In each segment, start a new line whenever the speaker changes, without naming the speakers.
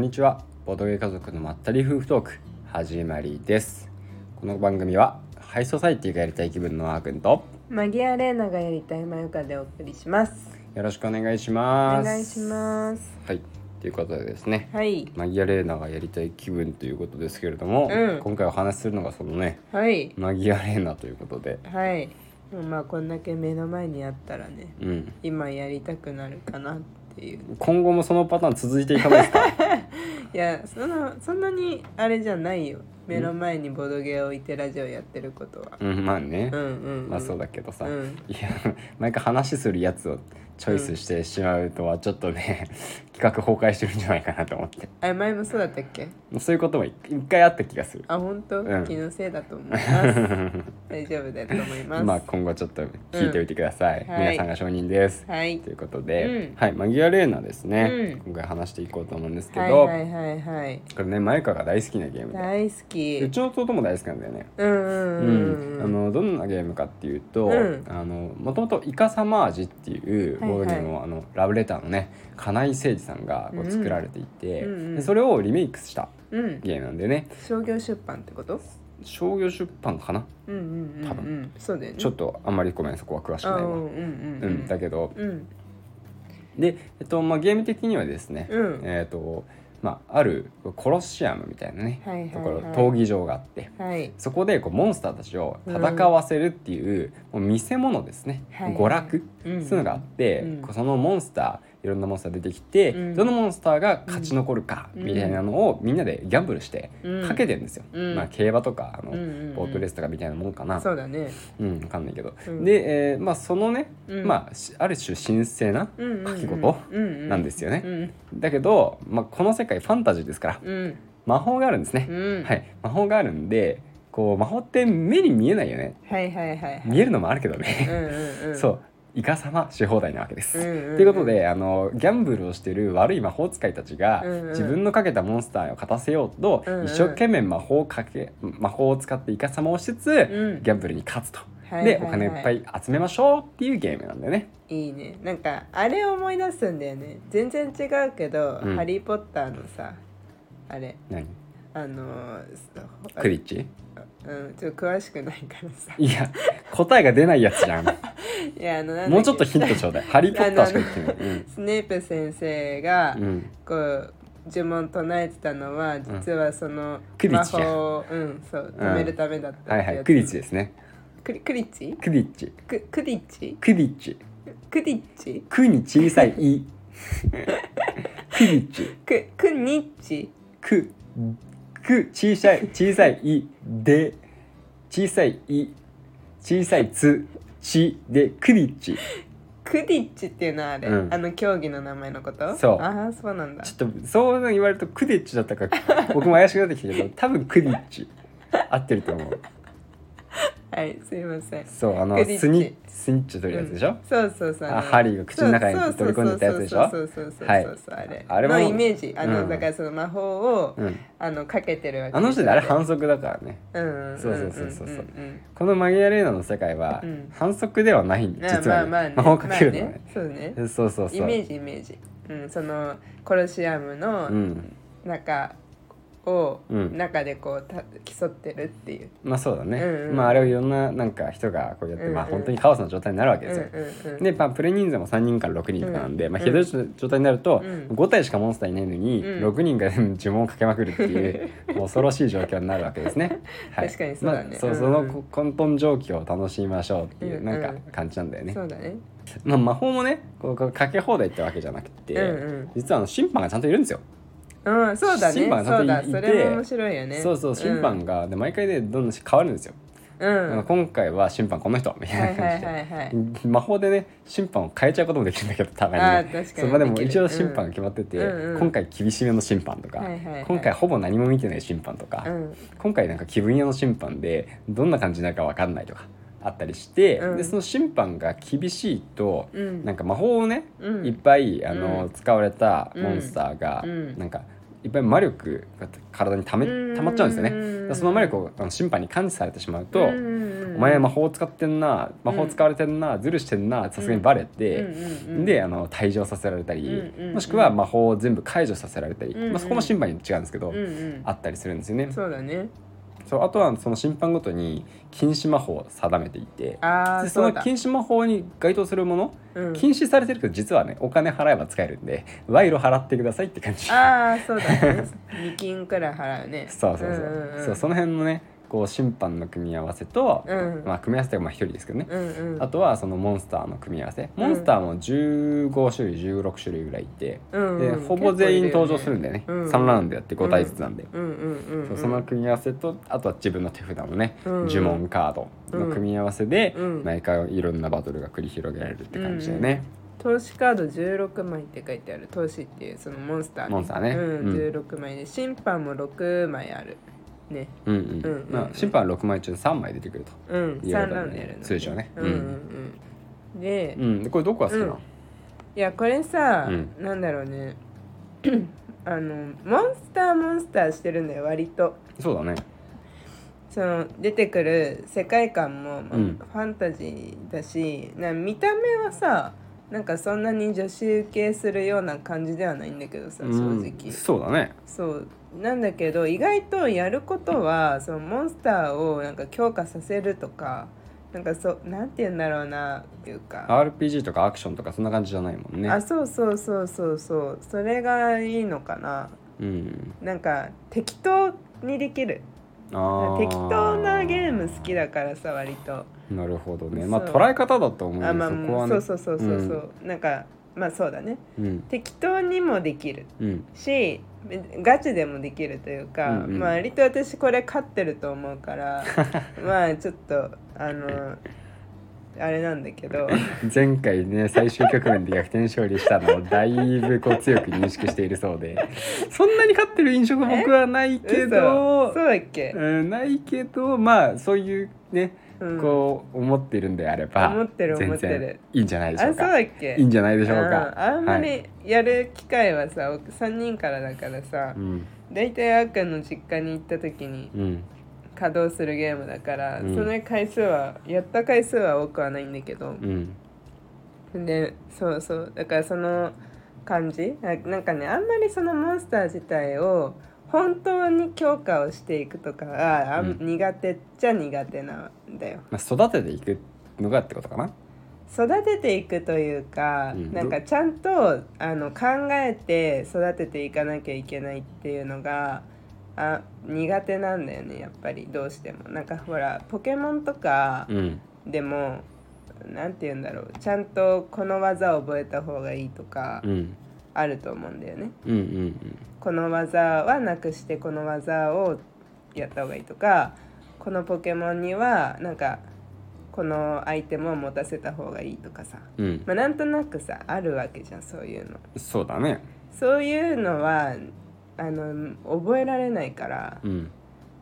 にちはボドゲ家族のまったり夫婦トーク始まりですこの番組はハイソサイティがやりたい気分のあーくんと
マギアレーナがやりたいまゆかでお送りします。
よろしくお願いし
お
ます
願いします。
はいということでですね
はい。
マギアレーナがやりたい気分ということですけれども、
うん
今回お話しするのがそのね
はい。
マギアレーナということで
はい。でもまあ、こんだけ目の前にあったらね、
うん
今やりたくなるかなっていう。
今後もそのパターン続いていかないで すか
いや、そんな、そんなにあれじゃないよ。目の前にボドゲを置いてラジオやってることは。
うんまあね、
うんうん、うん。
まあそうだけどさ、
うん
いや毎回話するやつをチョイスしてしまうとはちょっとね、企画崩壊してるんじゃないかなと思って
あれ前もそうだったっけ
そういうことも一一回あった気がする
あ、本当、
うん
気のせいだと 思います。大丈夫だと思います。
まあ今後ちょっと聞いておいてください、
うんはい
皆さんが承認です、
はい
と。いうことで、
うん
はいマギアレーナですね、
うん
今回話していこうと思うんですけど、
はいはいはいはい。
これねマイカが大好きなゲームで
大好き。
うちの弟も大好きなんだよね
うん
う
うんうん
ん
うん。
あのどんなゲームかっていうと
うん
もともと「イカサマージ」っていうボードゲームを、あのラブレターのね金井誠司さんがこ
う
うん作られていて、
うんうん
でそれをリメイクした
うん、
ゲームなんでね
商業出版ってこと
商業出版かな、
うんうんうん、
多
うん、そうだよね
ちょっとあんまりごめんそこは詳しく
あ
な
う
い
んう
わ。
んうん
うん、だけど
うん
で、えっとまあ、ゲーム的にはですね、
うん
えっとまあ、あるコロシアムみたいなね、
はいはいはい
ところ闘技場があって
はい
そこでこうモンスターたちを戦わせるっていう,、もう見せ物ですね、
はい
娯楽、
うん
そういうのがあって、
うん
こうそのモンスターいろんなモンスター出てきて、
うん
どのモンスターが勝ち残るか
うん
みたいなのをみんなでギャンブルして
うん
かけてるんですよ、
うん
まあ、競馬とかあの、
うんうんうん
ボートレースとかみたいなもんかな
そうだね
うん、わかんないけど、
うん
で、えーまあ、そのね、
うん
まあ、しある種神聖な
うんうんうん
書き事
うんうん
なんですよね、
うん
だけど、まあ、この世界ファンタジーですから
うん
魔法があるんですね、
うん
はい、魔法があるんでこう魔法って目に見えないよね
はいはいはいはい
見えるのもあるけど
うん
ね、
うんうん
そうイカ様し放題なわけです。
うん
と、
うんうん
いうことであのギャンブルをしてる悪い魔法使いたちが、
うんうん
自分のかけたモンスターを勝たせようと、
うんうん
一生懸命魔法をかけ魔法を使ってイカ様をしつつ、
うん
ギャンブルに勝つと。
はい
で、
はいはい
お金いっぱい集めましょうっていうゲームなんだよね。
いいねなんかあれ思い出すんだよね全然違うけど「
うん
ハリー・ポッター」のさあれ
何
あのーす
クリッチ
うんちょっと詳しくないからさ
いや答えが出ないやつじゃん。
いやあのなんだけ
もうちょっとヒントち ょうだい。ハリー・ポッターしか言ってない。
スネープ先生が
うんうん
こう呪文唱えてたのは実はその
クリ
魔
ッチや
法を、うん、そう
うん
止めるためだった
はいはい、クリッチ
で
ですね。
クリクリッチ
クリッチ。
ククリッチ
クリッチ。
クリッチ
くに小さい「 い」くにち
ククニッチ
くく小さい小さい「い」で小さい「い」小さい「つ」ちでくにち
クリッチっていうのはあれ、
うん
あの競技の名前のこと
そう
ああそうなんだ
ちょっとそういうの言われるとクデッチだったか僕も怪しくなってきたけ ど多分クディッチ合ってると思う
はいすいません
そうあの
クディッチ
スニッスニッチ取るやつでしょ、
うんそうそうそう
あハリーが口の中に飛び込んでたやつでしょ
そうそうそうそうそうそう
はい
そうそうあれ
あれも
のイメージあの、
うん
だからその魔法を、
うん
あのかけてるわけ
あの人であれ
半
反則だからね
うんうん
そうそうそうそうそうん
んん
このマギアレーナの世界は
うん
反則ではないん
うん
で
まあ
実
ま
は
あ
ね、
まあね
魔法をかけるのは
まあ
ね,、
そうね
そうそうそう
イメージイメージうんそのコロシアム
う
の
ん
中を、
うん
中でこうた競ってるっていう
まあそうだね、
うんうん
まああれをいろんななんか人がこうやって、まあ
うんうん
本当にカオスな状態になるわけですよ、
うんうんうん
で、まあ、プレイ人数も3人から6人とかなんで、
うん
まあ、ひどい状態になると、
うん
5体しかモンスターいないのに、
うん
6人が呪文をかけまくるっていう 恐ろしい状況になるわけですね。
確かにそうだね
まあ、そううんそのこ混沌状況を楽しみましょうっていううんなんか感じなんだよね。
そうだね
まあ、魔法もねこうこうかけ放題ってわけじゃなくて、
うんうん
実はあの審判がちゃんといるんですよ。
うんそうだね
審判が
そう
ちゃん
だ
とい
そ
て
れも面白いよね
そうそう審判が、で毎回でどんどん変わるんですよ。
うん、うん、
なん
は
か今回は審判この人み
い
た
はい
ない感じで。
はいはい
魔法でね審判を変えちゃうこともできるんだけどたまに,、ね、
あー確かに
そうまあでも
できる
一応審判が決まってて、
うんうん
今回厳しめの審判とか、
はいはいはい
今回ほぼ何も見てない審判とか、
うん
今回なんか気分屋の審判でどんな感じになるか分かんないとかあったりして、
うん
でその審判が厳しいと、
うん
なんか魔法をね、
うん
いっぱいあの、
うん
使われたモンスターが、
うん
なんかいっぱい魔力が体にため溜まっちゃうんですよね。
うん
だからその魔力をあの審判に感知されてしまうと、
うんうんうん
お前魔法使ってんな魔法使われてんな、ズルしてんなさすがにバレて、であの退場させられたり、
うんうんうん
もしくは魔法を全部解除させられたり、
うんうん
まあ、そこも審判に違うんですけど、
うんうん
あったりするんですよね。
そうだね
そうあとはその審判ごとに禁止魔法を定めていて
あ
で
あ
そ
そう
の
だ
禁止魔法に該当するもの、
うん
禁止されてるけど実はねお金払えば使えるんで賄賂払ってくださいって感じ。
ああそうだね 二金くらい払うね
そうそうそう,、
んんん
そうその辺のねこう審判の組み合わせと、
うん
まあ、組み合わせというかまあ一人ですけどね、
うんうん
あとはそのモンスターの組み合わせモンスターも15種類16種類ぐらいいて、
うん
で
うん
ほぼ全員登場するんだよね
結構いるよねうん
3ラウンドやって5体ずつなんで、
うんうんうんう
そ
ん
うその組み合わせとあとは自分の手札のね、
うん
呪文カードの組み合わせで、
うん
毎回いろんなバトルが繰り広げられるって感じだよね、
投資カード16枚って書いてある投資っていうそのモンスターね
モンスターね
うん
うん
16枚で審判も6枚あるね
うんうん
うんうん
まあ、審判は6枚中3枚出てくると、
うん
い
3
やだね
ラウンドやるの
通常ね
うんうんうんで
うん、でこれどこが好きなの、
いやこれさ
うん
なんだろうね あのモンスターモンスターしてるんだよ割と
そうだね
その出てくる世界観も、まあ
うん
ファンタジーだしな見た目はさなんかそんなに女子受けするような感じではないんだけどさ正直、
うん、そうだね
そうなんだけど意外とやることはそのモンスターをなんか強化させるとかなんかそうなんて言うんだろうなっていうか
RPG とかアクションとかそんな感じじゃないもんね
あそうそうそうそうそうそれがいいのかな
うん
なんか適当にできる
あー
適当なゲーム好きだからさ割と。
なるほどねまあ
そう
捉え方だと思うよ
あまあ
そこはね
そうそうそうそうそう、なんかまあそうだね
うん
適当にもできる
うん
しガチでもできるというか、
うんうん
まあ割と私これ勝ってると思うから まあちょっとあのあれなんだけど
前回ね最終局面で逆転勝利したのをだいぶこう強く認識しているそうで そんなに勝ってる印象が僕はない け
嘘
ど
そうだっけ、
うん、ないけどまあそういうね、
うん
こう思ってるんであれば
思ってる思ってる
全然いいんじゃないで
あ
しょ
そうう
か
だっけ
いいんじゃないでしょうか、
うんあんま
は
り
い
やる機会はさ、お3人からだからさ
うん
大体あっくんの実家に行った時に
うん
稼働するゲームだから、
うん
その回数はやった回数は多くはないんだけ
う
ど、
ん
でそうそうだからその感じななんかねあんまりそのモンスター自体を本当に強化をしていくとかがあん、
う
苦手っちゃ苦手なんだよ
まあ、育てていくのがってことかな
育てていくというか、
うん
なんかちゃんとあの考えて育てていかなきゃいけないっていうのがあ苦手なんだよねやっぱりどうしてもなんかほらポケモンとか、
うん
でもなんて言うんだろうちゃんとこの技を覚えた方がいいとか
うん
あると思うんだよね、
うんうん
この技はなくしてこの技をやった方がいいとかこのポケモンにはなんかこのアイテムを持たせた方がいいとかさ、
うんうん
まあ、なんとなくさあるわけじゃんそういうの
そうだね
そういうのはあの覚えられないから
うん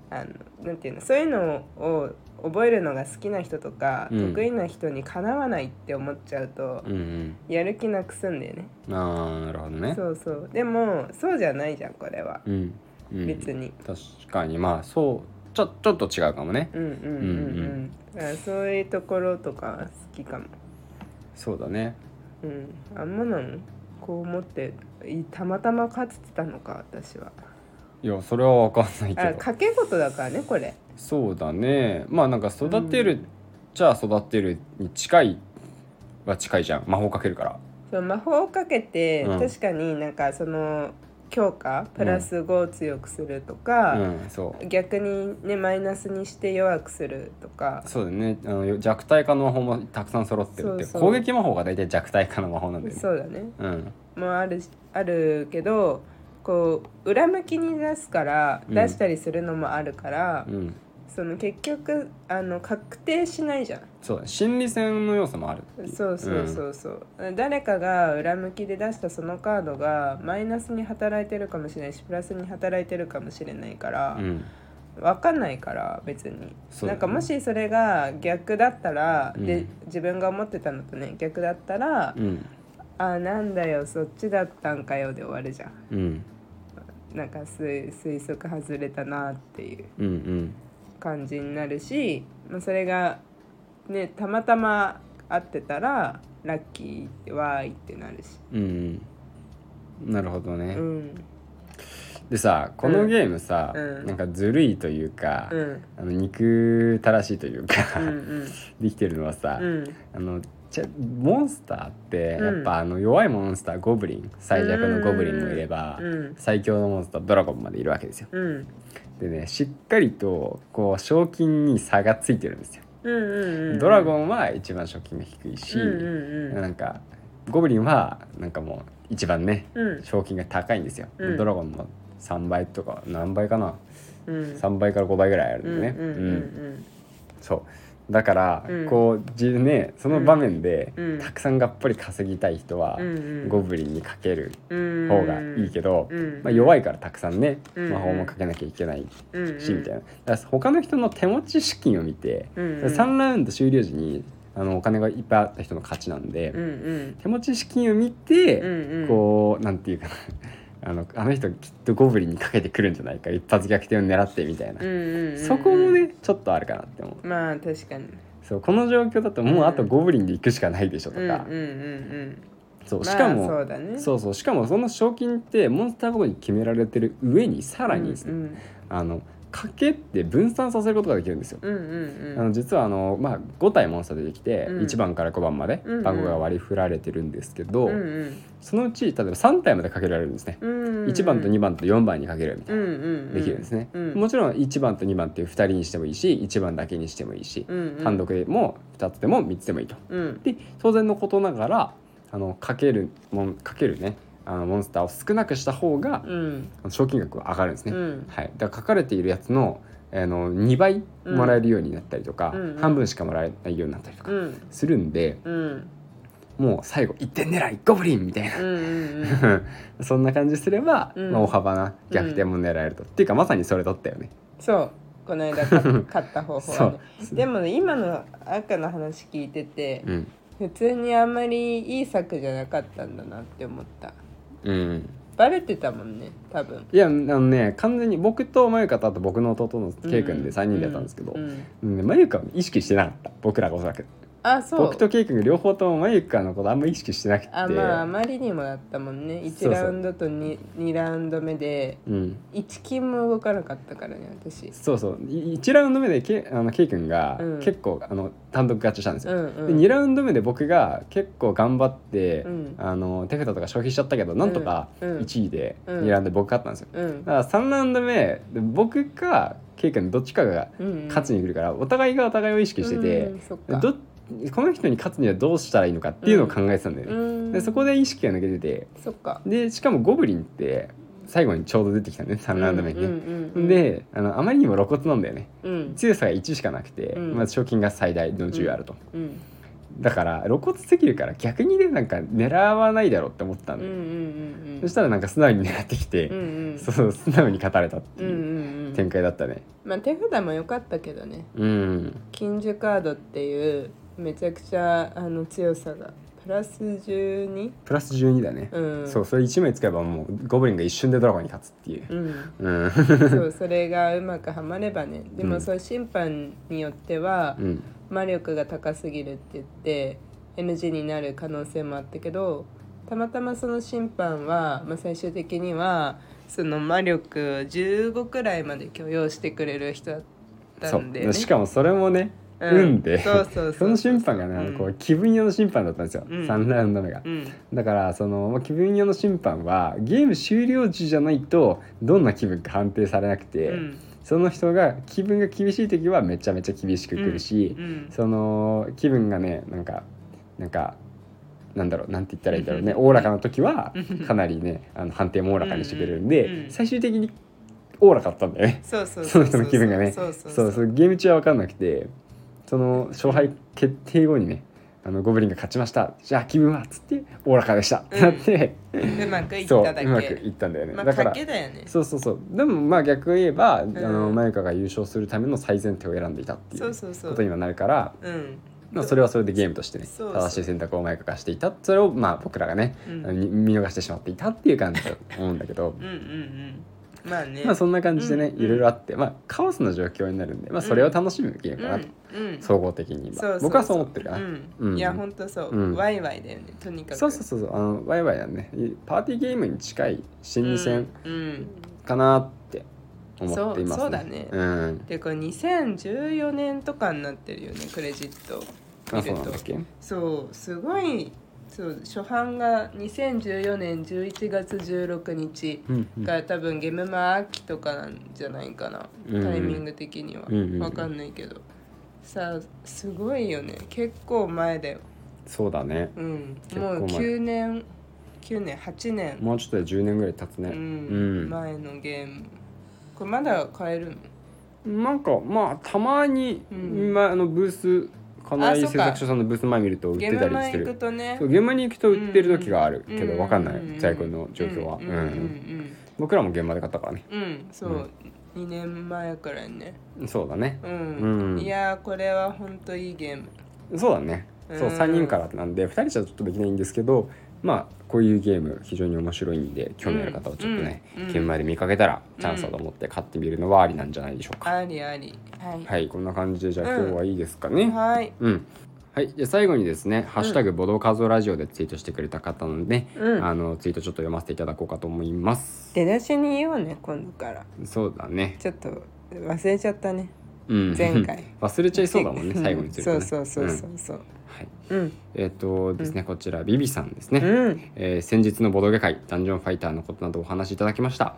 あのなんていうのそういうのを覚えるのが好きな人とか、
うん
得意な人にかなわないって思っちゃうと
う、ん
やる気なくすんだよね
うんああなるほどね
そうそうでもそうじゃないじゃんこれは、
うん、うん、
別に
確かにまあそうちょちょっと違うかもね
うんうんうんうん、
うんうん
だからそういうところとかは好きかも
そうだね
うんあんまなのこう思っていたまたま勝ってたのか私はい
やそれは分かんないけ
あ
ど
掛け事だからねこれ
そうだねまあなんか育てる、
うん
じゃあ育てるに近いは近いじゃん魔法かけるから
そう魔法をかけて、
うん
確かになんかその強化プラス5を強くするとか、
うんそう
逆にねマイナスにして弱くするとか
そうだねあの弱体化の魔法もたくさん揃ってるって
そうそう
攻撃魔法が大体弱体化の魔法なんだよね
そうだね
うん
もあるしあるけどこう裏向きに出すから
うん
出したりするのもあるから、
うん
その結局あの確定しないじゃん
そうだね心理戦の要素もある
そうそうそうそう、誰かが裏向きで出したそのカードがマイナスに働いてるかもしれないしプラスに働いてるかもしれないから
う、ん
分かんないから別に、
そうだね
なんかもしそれが逆だったら、
う
で
ん
自分が思ってたのとね逆だったら、
うん
あなんだよそっちだったんかよで終わるじゃん
うん
なんか推推測外れたなっていう
うんうん
感じになるし、まあ、それがねたまたま会ってたらラッキーってわーいってなるし
うんなるほどね、
うん
でさこのゲームさ、
うん
なんかずるいというか、
うん
あの肉たらしいというか、
うんうん
できてるのはさ、
うん
あのちゃモンスターって
う
や
ん
っぱあの弱いモンスターゴブリン最弱のゴブリンもいれば、
うん
最強のモンスタードラゴンまでいるわけですよ。
うん
でねしっかりとこう賞金に差がついてるんですよ。
うんうんうん
ドラゴ
ン
ンは一番賞金が低いし、
うんうんうん
なんかゴブリンはなんかもう一番ね
うん
賞金が高いんですよ、
うん
ドラゴンの3倍とか何倍かな、
うん
3倍から5倍ぐらいある
うんん
で
う
ね、
んうん
そうだから、
うん
こうじねその場面で、
うん
たくさんがっぽり稼ぎたい人は、
うん
ゴブリンにかける
うん
方がいいけど、
うん
まあ、弱いからたくさんね
うん
魔法もかけなきゃいけないし、
うんうん
みたいなだから他の人の手持ち資金を見て、
うんうん
3ラウンド終了時にあのお金がいっぱいあった人の勝ちなんで、
うんうん
手持ち資金を見て、
うんうん
こうなんていうかな あのあの人きっとゴブリンにかけてくるんじゃないか一発逆転を狙ってみたいな、
うんうんうん
そこもねちょっとあるかなって思う
まあ確かに
そうこの状況だともうあとゴブリンで行くしかないでしょと
う
か、
んうんうん
そううんしか
まあ
も、
そうだね
そうそうしかもその賞金ってモンスターごとに決められてる上にさらにですね、
うん
あの賭けって分散させることができるんですよ。
うんうんうん
あの実はあの、まあ、5体モンスター出てきて、
うん
1番から5番まで
うんうん
番号が割り振られてるんですけど、
うんうん
そのうち例えば3体までかけられるんですね、
うんうん
1番と2番と4番にかけるみた
う
い
んう
な、
んうん
できるんですね、
うん
もちろん1番と2番っていう2人にしてもいいし1番だけにしてもいいし、
うんうん
単独でも2つでも3つでもいいと。
うん
で当然のことながらあのかけるもんかけるねあのモンスターを少なくした方が
うん
あの賞金額が上がるんです
う
ね、
ん
はい、だから書かれているやつの,、あの2倍もらえるようになったりとか、
うんうん
半分しかもらえないようになったりとか
うん
するんで、
うん
もう最後1点狙いゴブリンみたいな
う。んうん うん
そんな感じすれば、
うん
まあ、大幅な逆転も狙えると、っていうかまさにそれだったよね。
そうこの間か 買った方法はね
そう
でもね今の赤の話聞いてて
うん、
普通にあんまりいい策じゃなかったんだなって思った
うん、
バレてたもんね多分
いやあのね完全に僕とマユカとあと僕の弟のケイ君で3人でやったんですけど、
ううん
うんマユカは意識してなかった僕らがおそらく
あそう
僕とケイ君が両方ともマユカのことあんま意識してなくて
あまああまりにもだったもんね
そうそ
1
う
ラウンドと 2, 2ラウンド目で
うん、
1金も動かなかったからね私
そうそう1ラウンド目でケイあのケイ君が
うん
結構、あの単独勝ちしたんです
う
よ、
ん
で
うん
2ラウンド目で僕が結構頑張って、
うん
あの手札とか消費しちゃったけどなんとか
うん
1位で
うん
2ラウンドで僕勝ったんですよ、
うん
だから3ラウンド目で僕かケイ君どっちかが
うん
勝ちに来るから、お互いがお互いを意識してて、
うんそっか
どこの人に勝つにはどうしたらいいのかっていうのを考えてたんだよね、
うん
でそこで意識が抜けてて
そっか
でしかもゴブリンって最後にちょうど出てきたのね3ラウンド目にね、
うんうんうん、
であのあまりにも露骨なんだよね
うん
強さが1しかなくて、
うん
まあ、賞金が最大の10あると、
うん
だから露骨すぎるから逆にねなんか狙わないだろうって思った
うんんう
で、
んうん
そしたらなんか素直に狙ってきて、
うんうん
そう素直に勝たれたって
うんう
いうん
う
展
ん
開だったね
まあ手札も良かったけどね
うん
金樹カードっていうめちゃくちゃあの強さがプラス 12?
プラス12だね、
うん
そうそれ1枚使えばもうゴブリンが一瞬でドラゴンに勝つっていう
うん
うん
そうそれがうまくはまればねで
う
も
ん
そう審判によっては
うん
魔力が高すぎるって言って NG になる可能性もあったけどたまたまその審判は、まあ、最終的にはその魔力15くらいまで許容してくれる人だった
そ
んで、ね、
うしかもそれもね、
う
うんん、で
そうそうそう
の審判がね、あの
うん
こう気分用の審判だったんですよ、
うん
3ラウンド目が、
うん
だからそのまあ気分用の審判はゲーム終了時じゃないとどんな気分か判定されなくて、
うん
その人が気分が厳しい時はめちゃめちゃ厳しく来るし、
うん
その気分がねなんかなんかなんだろうなんて言ったらいいんだろうねおおらかな時はかなりねあの判定もおおらかにしてくれるんで、
うんうん
最終的におおらかったんだよね。
そうそう
その人の気分がね
そうそう
そうそうゲーム中は分かんなくてその勝敗決定後にねあのゴブリンが勝ちましたじゃあ気分はっつっておおらかでしたってなって、
うまくいっ
そう
ただけ
うまくいったんだよね、
まあ
だから
賭けだよね
そうそうそうでもまあ逆を言えば、
ん
あのマユカが優勝するための最前提を選んでいたっていう
そうそうそう
ことにはなるから
うん
まあ、それはそれでゲームとしてね
そう
正しい選択をマユカがしていたそれをまあ僕らがね、
うん
あの見見逃してしまっていたっていう感じだと思うんだけど
うんうんうんまあ ね
まあそんな感じでね、
うん
いろいろあって、まあ、カオスの状況になるんで、まあ、それを楽しむゲームかなと、
うんうん
総合的に言えば僕はそう思ってるかな、
う、
うんん
いや本当そう、
うん
ワイワイだよねとにかく
そうそうそうそうあのワイワイだねパーティーゲームに近い心理戦
うん、うん
かなって思っています
そうそうだね
うん
でこれ2014年とかになってるよねクレジット
あ
見
そう
る
なんだ
と
っけ
そうすごいそう初版が2014年11月16日
うんうん
が多分ゲムマ秋とかなんじゃないかな、
うん
タイミング的には、
うんうんうん
わかんないけどさあすごいよね結構前だよ、
そうだね
うん、
結
も
構
う
前
9年9年8年
もうちょっとで10年ぐらい経つね
う
うんん、
前のゲームこれまだ買えるの
なんかまあたまに、
うん
まあ、あのブース金井
あ
製
そうか
作所さんのブース前見ると売っ
ゲ
て
ーム
たり
マ
して
行く
る
とね
そう現場に行くと売ってる時があるけ
う
ど
ん
わかんな
う
い
うん
在庫の状況は、
う
うんん
うんうん
僕らも現場で買ったからね
うん、うんそう、二2年前くらいね
そうだね
うん、
うん
いやーこれは本当いいゲーム
そうだねそう
うん
3人からなんで2人じゃちょっとできないんですけどまあこういうゲーム非常に面白いんで興味ある方はちょっとね、
うんうん
現場で見かけたらチャンスだと思って買ってみるのはありなんじゃないでしょうか、
ありありはい
はいこんな感じでじゃあ今日はいいですかね、
はい
うん。はい、じゃあ最後にですね「ハッシュタグボドカゾラジオ」でツイートしてくれた方なので、
うん
あのツイートちょっと読ませていただこうかと思います。
出だしに言おうね今度から
そうだね、
ちょっと忘れちゃったね
うん、
前回
忘れちゃいそうだもんね最後にすると、ね、
そうそうそう
う
そ
ん
うそう
はい、
うん
えっ、とですね、こちらビビさんです
う
ね、
ん
えー先日のボドゲ会ダンジョンファイターのことなどお話しいただきました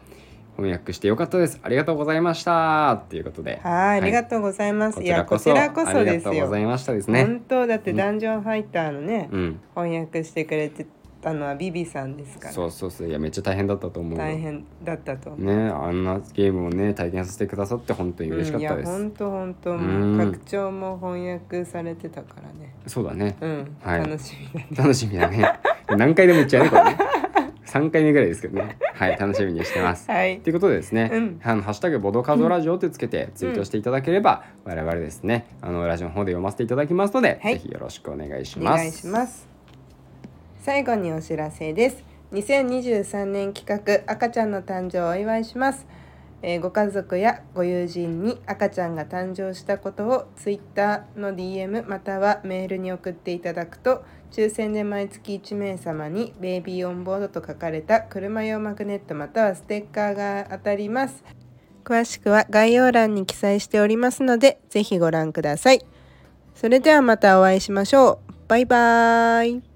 翻訳してよかったですありがとうございましたということで
はいありが
と
とうございます、
こ
い、
ち
や
ら
こ
こ
ち
そ
らこ
あ
そ
り
で
がとう
す
ご
よ
ざいましたですね
本当だってダンジョンファイターのね、
うん
翻訳してくれてたのはビビさんですから
そうそうそういやめっちゃ大変だったと思うよ
大変だったと思う、
ねあんなゲームをね体験させてくださって本当に嬉しかった
うん、
で
い
す、
や本当本当
うん
拡張も翻訳されてたからね
そうだね、
うん、
はい
楽しみだね
楽しみだね 何回でも言っちゃうねこれね3 回目ぐらいですけどねはい楽しみにしてます
はい
ということでですね、
うん
あのハッシュタグボドカゾラジオってつけてツイートしていただければ、我々ですねあのラジオの方で読ませていただきますので、
はい
ぜひよろしくお願いし
お
ます。
願いします最後にお知らせです2023年企画赤ちゃんの誕生をお祝いします、えーご家族やご友人に赤ちゃんが誕生したことを Twitter の DM またはメールに送っていただくと抽選で毎月1名様に「ベイビーオンボード」と書かれた車用マグネットまたはステッカーが当たります詳しくは概要欄に記載しておりますのでぜひご覧くださいそれではまたお会いしましょう。バイバーイ。